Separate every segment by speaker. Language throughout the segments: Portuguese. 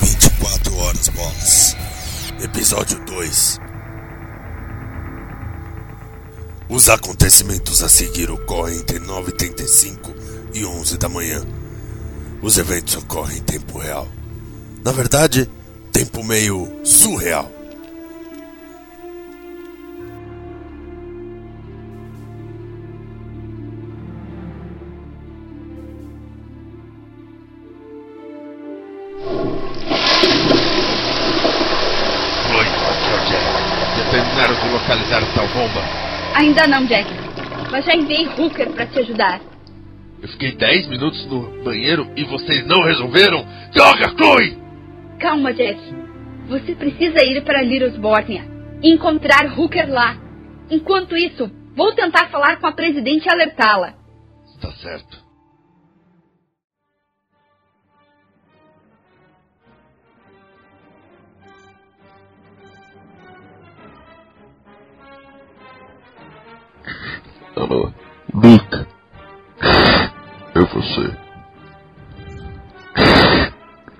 Speaker 1: Vinte e quatro horas bolas. Episódio 2 Os acontecimentos a seguir ocorrem entre 9h35 e 11 da manhã. Os eventos ocorrem em tempo real. Na verdade, tempo meio surreal.
Speaker 2: Foi, Jack. Já terminaram de localizar a tal bomba?
Speaker 3: Ainda não, Jack. Mas já enviei Hooker pra te ajudar.
Speaker 2: Eu fiquei 10 minutos no banheiro e vocês não resolveram? Droga, Chloe!
Speaker 3: Calma, Jack. Você precisa ir para Little Bórnia e encontrar Hooker lá. Enquanto isso, vou tentar falar com a presidente e alertá-la.
Speaker 2: Tá certo.
Speaker 4: Alô, Nick. É você.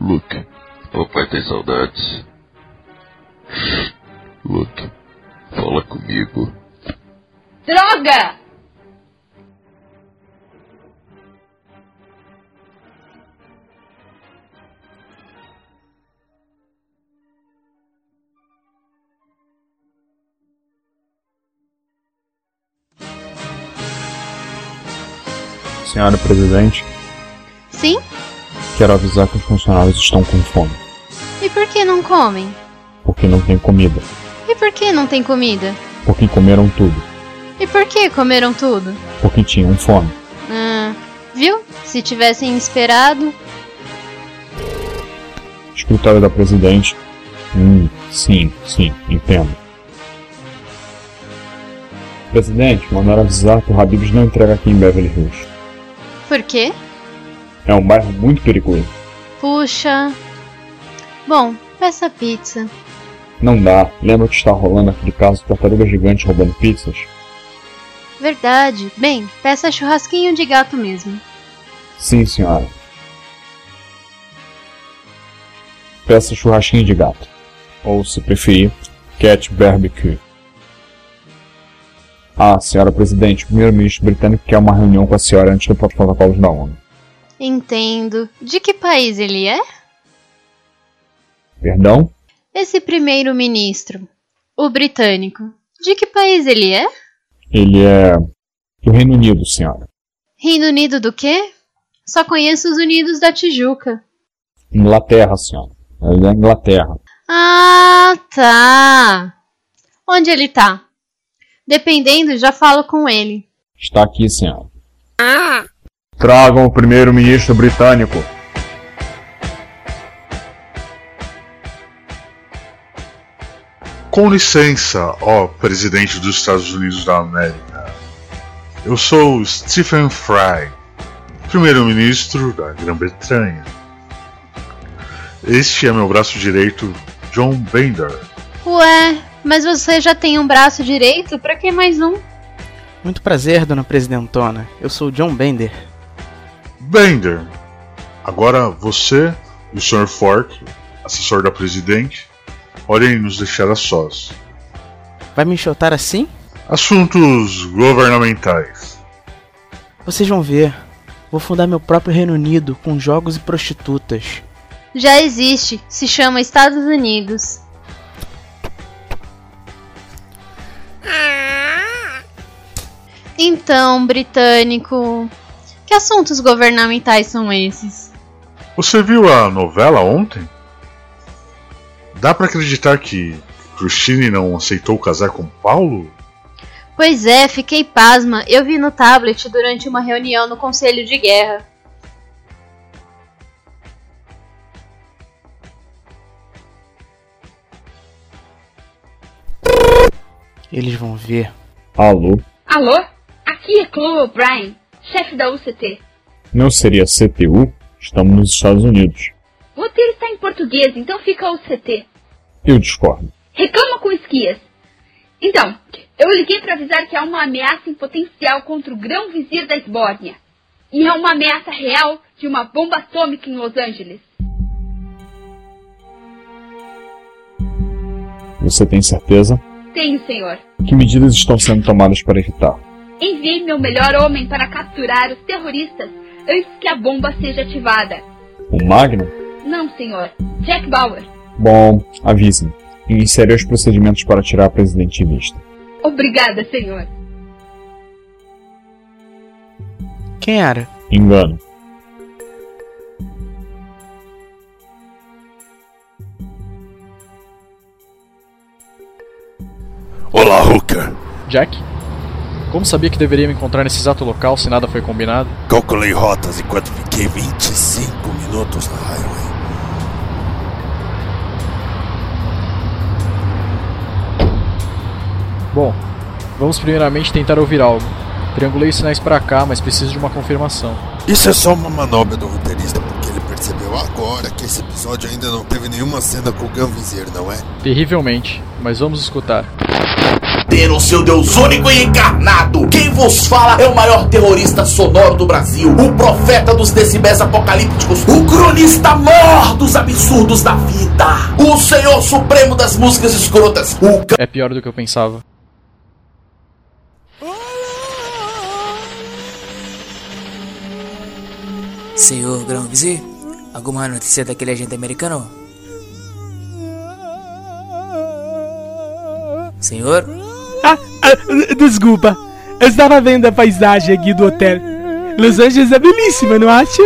Speaker 4: Luke, papai tem saudades. Luke, fala comigo.
Speaker 3: Droga!
Speaker 5: Senhora presidente,
Speaker 6: Sim?
Speaker 5: quero avisar que os funcionários estão com fome,
Speaker 6: E por que não comem?
Speaker 5: porque não tem comida,
Speaker 6: E por que não tem comida?
Speaker 5: porque comeram tudo,
Speaker 6: E por que comeram tudo?
Speaker 5: porque tinham fome.
Speaker 6: Hum, viu? Se tivessem esperado.
Speaker 5: Escritório da presidente. Hum, sim, sim, entendo. Presidente, mandaram avisar que o Habibs não entrega aqui em Beverly Hills.
Speaker 6: Por quê?
Speaker 5: É um bairro muito perigoso.
Speaker 6: Puxa. Bom, peça pizza.
Speaker 5: Não dá. Lembra que está rolando aquele caso de tartaruga gigante roubando pizzas?
Speaker 6: Verdade. Bem, peça churrasquinho de gato mesmo.
Speaker 5: Sim, senhora. Peça churrasquinho de gato. Ou, se preferir, cat barbecue. Ah, senhora presidente, o primeiro-ministro britânico quer uma reunião com a senhora antes dos protocolos da ONU.
Speaker 6: Entendo. De que país ele é?
Speaker 5: Perdão?
Speaker 6: Esse primeiro-ministro. O britânico. De que país ele é?
Speaker 5: Ele é do Reino Unido, senhora.
Speaker 6: Reino Unido do quê? Só conheço os Unidos da Tijuca.
Speaker 5: Inglaterra, senhora. Ele é da Inglaterra.
Speaker 6: Ah, tá. Onde ele tá? Dependendo, já falo com ele.
Speaker 5: Está aqui, senhora. Tragam o primeiro-ministro britânico.
Speaker 7: Com licença, ó presidente dos Estados Unidos da América. Eu sou Stephen Fry, primeiro-ministro da Grã-Bretanha. Este é meu braço direito, John Bender.
Speaker 6: Ué, mas você já tem um braço direito? Pra que mais um?
Speaker 8: Muito prazer, dona presidentona. Eu sou o John Bender.
Speaker 7: Bender! Agora você e o Sr. Fork, assessor da presidente, podem nos deixar a sós.
Speaker 8: Vai me enxotar assim?
Speaker 7: Assuntos governamentais.
Speaker 8: Vocês vão ver. Vou fundar meu próprio Reino Unido com jogos e prostitutas.
Speaker 6: Já existe, se chama Estados Unidos. Então, britânico, que assuntos governamentais são esses?
Speaker 7: Você viu a novela ontem? Dá pra acreditar que Christine não aceitou casar com Paulo?
Speaker 6: Pois é, fiquei pasma. Eu vi no tablet durante uma reunião no Conselho de Guerra.
Speaker 8: Eles vão ver.
Speaker 5: Alô?
Speaker 3: Alô? Aqui é Chloe O'Brien, chefe da UCT.
Speaker 5: Não seria CTU? Estamos nos Estados Unidos.
Speaker 3: O roteiro está em português, então fica UCT.
Speaker 5: Eu discordo.
Speaker 3: Reclama com esquias. Então, eu liguei para avisar que há uma ameaça em potencial contra o grão vizir da Esbórnia. E há uma ameaça real de uma bomba atômica em Los Angeles.
Speaker 5: Você tem certeza?
Speaker 3: Tenho, senhor.
Speaker 5: Que medidas estão sendo tomadas para evitar?
Speaker 3: Enviei meu melhor homem para capturar os terroristas antes que a bomba seja ativada.
Speaker 5: O Magnum?
Speaker 3: Não, senhor. Jack Bauer.
Speaker 5: Bom, avise-me. Iniciarei os procedimentos para tirar a presidente em vista.
Speaker 3: Obrigada, senhor.
Speaker 8: Quem era?
Speaker 5: Engano.
Speaker 1: Olá, Hooker.
Speaker 9: Jack? Como sabia que deveria me encontrar nesse exato local se nada foi combinado?
Speaker 1: Calculei rotas enquanto fiquei 25 minutos na highway.
Speaker 9: Bom, vamos primeiramente tentar ouvir algo. Triangulei os sinais para cá, mas preciso de uma confirmação.
Speaker 1: Isso é só uma manobra do roteirista, porque ele percebeu agora que esse episódio ainda não teve nenhuma cena com o Gamvizier, não é?
Speaker 9: Terrivelmente, mas vamos escutar.
Speaker 10: Ter o seu deus único e encarnado. Quem vos fala é o maior terrorista sonoro do Brasil, o profeta dos decibéis apocalípticos, o cronista mor dos absurdos da vida, o senhor supremo das músicas escrotas, o
Speaker 9: É pior do que eu pensava.
Speaker 11: Senhor Grão Vizir, alguma notícia daquele agente americano? Senhor?
Speaker 12: Ah, ah, desculpa. Eu estava vendo a paisagem aqui do hotel. Los Angeles é belíssima, não acha?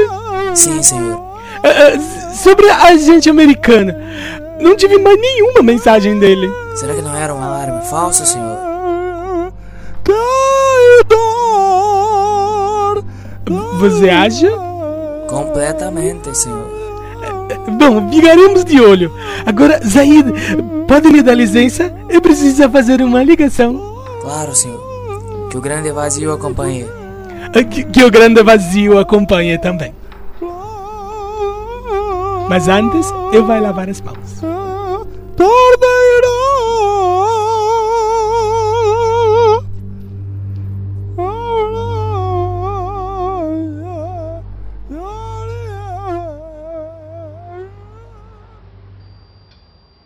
Speaker 11: Sim, senhor.
Speaker 12: Ah, ah, sobre a gente americana, não tive mais nenhuma mensagem dele.
Speaker 11: Será que não era um alarme falso, senhor?
Speaker 12: Você acha?
Speaker 11: Completamente, senhor.
Speaker 12: Bom, ficaremos de olho. Agora, Zaid, pode me dar licença? Eu preciso fazer uma ligação.
Speaker 11: Claro, senhor. Que o grande vazio acompanhe.
Speaker 12: Ah, Que, que o grande vazio acompanhe também. Mas antes, eu vou lavar as mãos.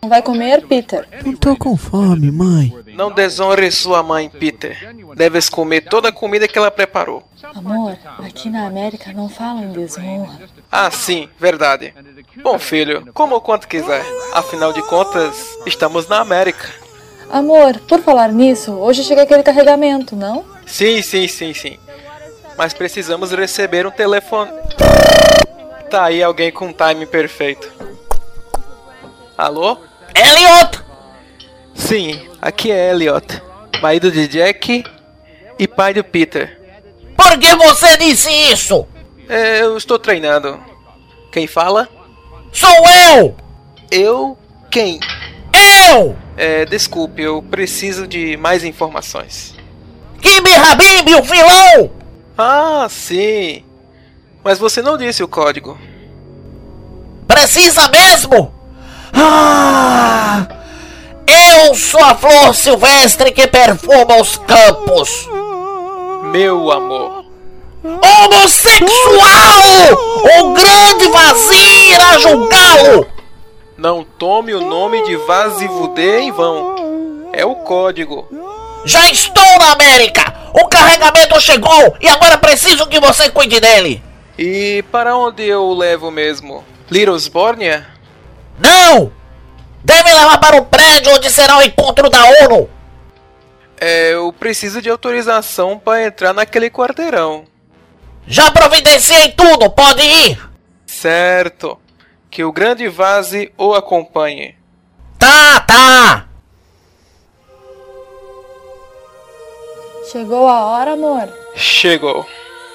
Speaker 13: Não vai comer, Peter?
Speaker 14: Não tô com fome, mãe.
Speaker 15: Não desonre sua mãe, Peter. Deves comer toda a comida que ela preparou.
Speaker 13: Amor, aqui na América não falam em desonra.
Speaker 15: Ah, sim, verdade. Bom, filho, coma o quanto quiser. Afinal de contas, estamos na América.
Speaker 13: Amor, por falar nisso, hoje chega aquele carregamento, não?
Speaker 15: Sim, sim, sim, sim. Mas precisamos receber um telefone. Tá aí alguém com um time perfeito. Alô? Elliot! Sim, aqui é Elliot, marido de Jack e pai do Peter.
Speaker 10: Por que você disse isso?
Speaker 15: É, Eu estou treinando. Quem fala?
Speaker 10: Sou eu!
Speaker 15: Eu? Quem?
Speaker 10: Eu!
Speaker 15: É, desculpe, eu preciso de mais informações.
Speaker 10: Kimi Habib, o vilão!
Speaker 15: Ah, sim. Mas você não disse o código.
Speaker 10: Precisa mesmo? Ah! Eu sou a flor silvestre que perfuma os campos.
Speaker 15: Meu amor.
Speaker 10: Homossexual! O grande vazio irá julgá-lo!
Speaker 15: Não tome o nome de Vazivudê em vão. É o código.
Speaker 10: Já estou na América! O carregamento chegou e agora preciso que você cuide dele!
Speaker 15: E para onde eu o levo mesmo? é? Littlesbornia?
Speaker 10: Não! Deve levar para o prédio onde será o encontro da ONU!
Speaker 15: É, eu preciso de autorização para entrar naquele quarteirão.
Speaker 10: Já providenciei tudo, pode ir!
Speaker 15: Certo. Que o grande Vase o acompanhe.
Speaker 10: Tá, tá!
Speaker 13: Chegou a hora, amor.
Speaker 15: Chegou.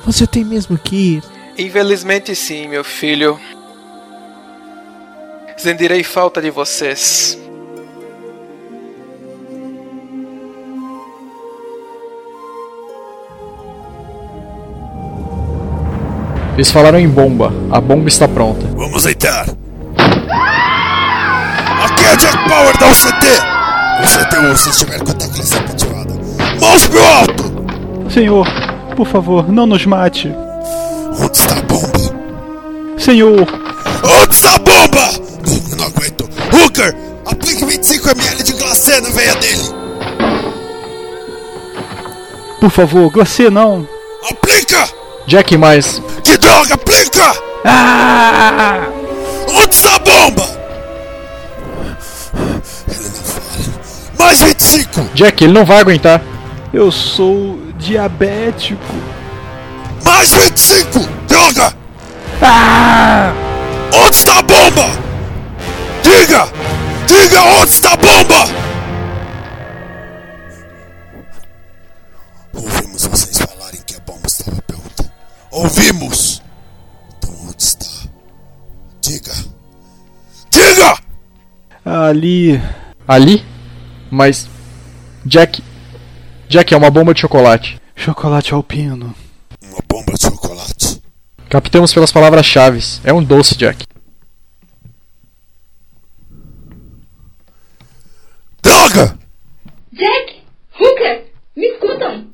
Speaker 14: Você tem mesmo que ir.
Speaker 15: Infelizmente sim, meu filho. Sentirei falta de vocês.
Speaker 9: Eles falaram em bomba. A bomba está pronta.
Speaker 1: Vamos deitar. Aqui é Jack Power da UCT. Você tem se estiver com a tecla ativada. Mãos pro alto!
Speaker 16: Senhor, por favor, não nos mate.
Speaker 1: Onde está a bomba?
Speaker 16: Senhor,
Speaker 1: Onde está a bomba? Eu não aguento. Hooker, aplique 25ml de glacê na veia dele.
Speaker 16: por favor, glacê não.
Speaker 1: Aplica!
Speaker 9: Jack mais.
Speaker 1: Que droga, aplica!
Speaker 16: Ah!
Speaker 1: Onde está a bomba? Mais 25!
Speaker 9: Jack, ele não vai aguentar.
Speaker 16: Eu sou diabético.
Speaker 1: Mais 25! Droga! Onde está a bomba? Diga! Diga onde está a bomba! Ouvimos vocês falarem que a bomba estava pronta. Ouvimos! Então onde está? Diga! Diga!
Speaker 16: Ali.
Speaker 9: Ali? Mas. Jack. Jack é uma bomba de chocolate.
Speaker 16: Chocolate alpino.
Speaker 1: Uma bomba de chocolate.
Speaker 9: Captamos pelas palavras-chave. É um doce, Jack.
Speaker 1: Droga!
Speaker 3: Jack, Hooker, me escutam.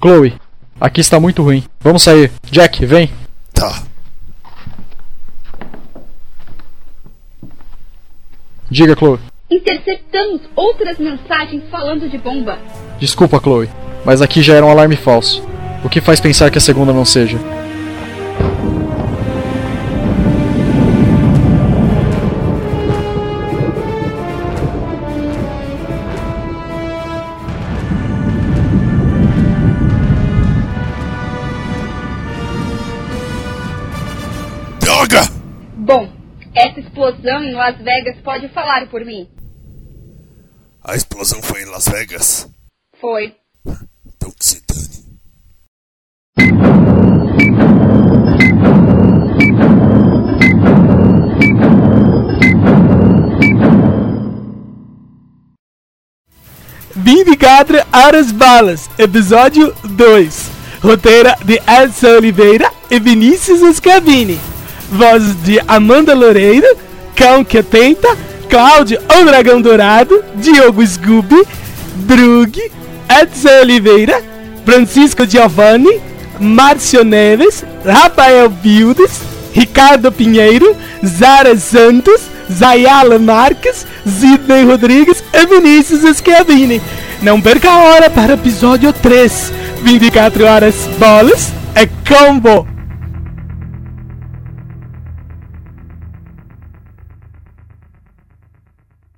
Speaker 9: Chloe, aqui está muito ruim. Vamos sair. Jack, vem.
Speaker 1: Tá.
Speaker 9: Diga, Chloe.
Speaker 3: Interceptamos outras mensagens falando de bomba.
Speaker 9: Desculpa, Chloe, mas aqui já era um alarme falso. O que faz pensar que a segunda não seja?
Speaker 1: Droga!
Speaker 3: Bom, essa explosão em Las Vegas pode falar por mim.
Speaker 1: A explosão foi em Las Vegas.
Speaker 3: Foi.
Speaker 1: Então que se dane.
Speaker 12: Vindicator Aras Balas, episódio 2. Roteira de Edson Oliveira e Vinícius Escavini. Vozes de Amanda Loureiro, Cão que Tenta, Cláudio O Dragão Dourado, Diogo Scooby, Drug, Edson Oliveira, Francisco Giovanni, Márcio Neves, Rafael Bildes, Ricardo Pinheiro, Zara Santos, Zayala Marques, Sidney Rodrigues e Vinícius Schiavini. Não perca a hora para o episódio 3. 24 horas bolas é combo!